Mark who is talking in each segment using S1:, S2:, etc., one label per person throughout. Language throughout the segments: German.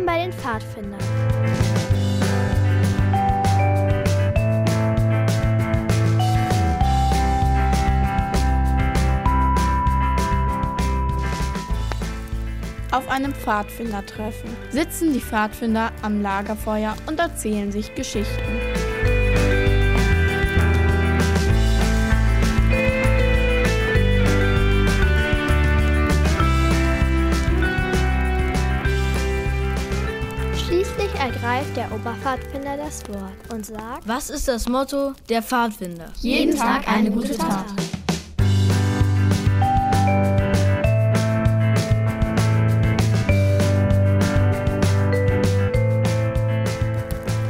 S1: Pfadfindern.
S2: Auf einem Pfadfindertreffen sitzen die Pfadfinder am Lagerfeuer und erzählen sich Geschichten.
S1: Schließlich ergreift der Oberpfadfinder das Wort und sagt,
S3: Was ist das Motto der Pfadfinder?
S4: Jeden Tag eine gute Tat.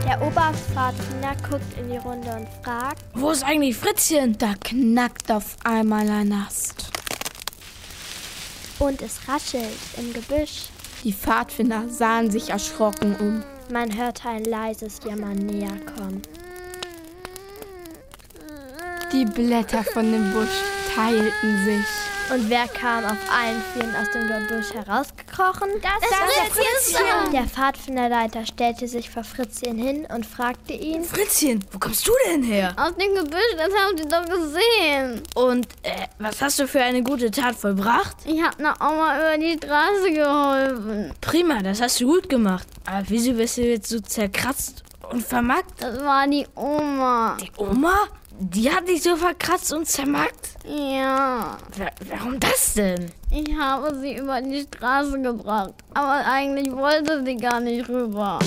S1: Der Oberpfadfinder guckt in die Runde und fragt,
S3: Wo ist eigentlich Fritzchen?
S2: Da knackt auf einmal ein Ast.
S1: und es raschelt im Gebüsch.
S2: Die Pfadfinder sahen sich erschrocken um.
S1: Man hörte ein leises Jammern näher kommen.
S2: Die Blätter von dem Busch teilten sich.
S1: Und wer kam auf allen Vieren aus dem Gebüsch herausgekrochen? Das,
S3: Fritzchen!
S1: Der Pfadfinderleiter stellte sich vor Fritzchen hin und fragte ihn,
S3: Fritzchen, wo kommst du denn her?
S5: Aus dem Gebüsch, das habt ihr doch gesehen.
S3: Und äh, was hast du für eine gute Tat vollbracht?
S5: Ich hab einer Oma über die Straße geholfen.
S3: Prima, das hast du gut gemacht. Aber wieso bist du jetzt so zerkratzt und vermarkt?
S5: Das war die Oma.
S3: Die Oma? Die hat dich so verkratzt und zermarkt?
S5: Ja,
S3: Wa- warum das denn?
S5: ich habe sie über die Straße gebracht. Aber eigentlich wollte sie gar nicht rüber.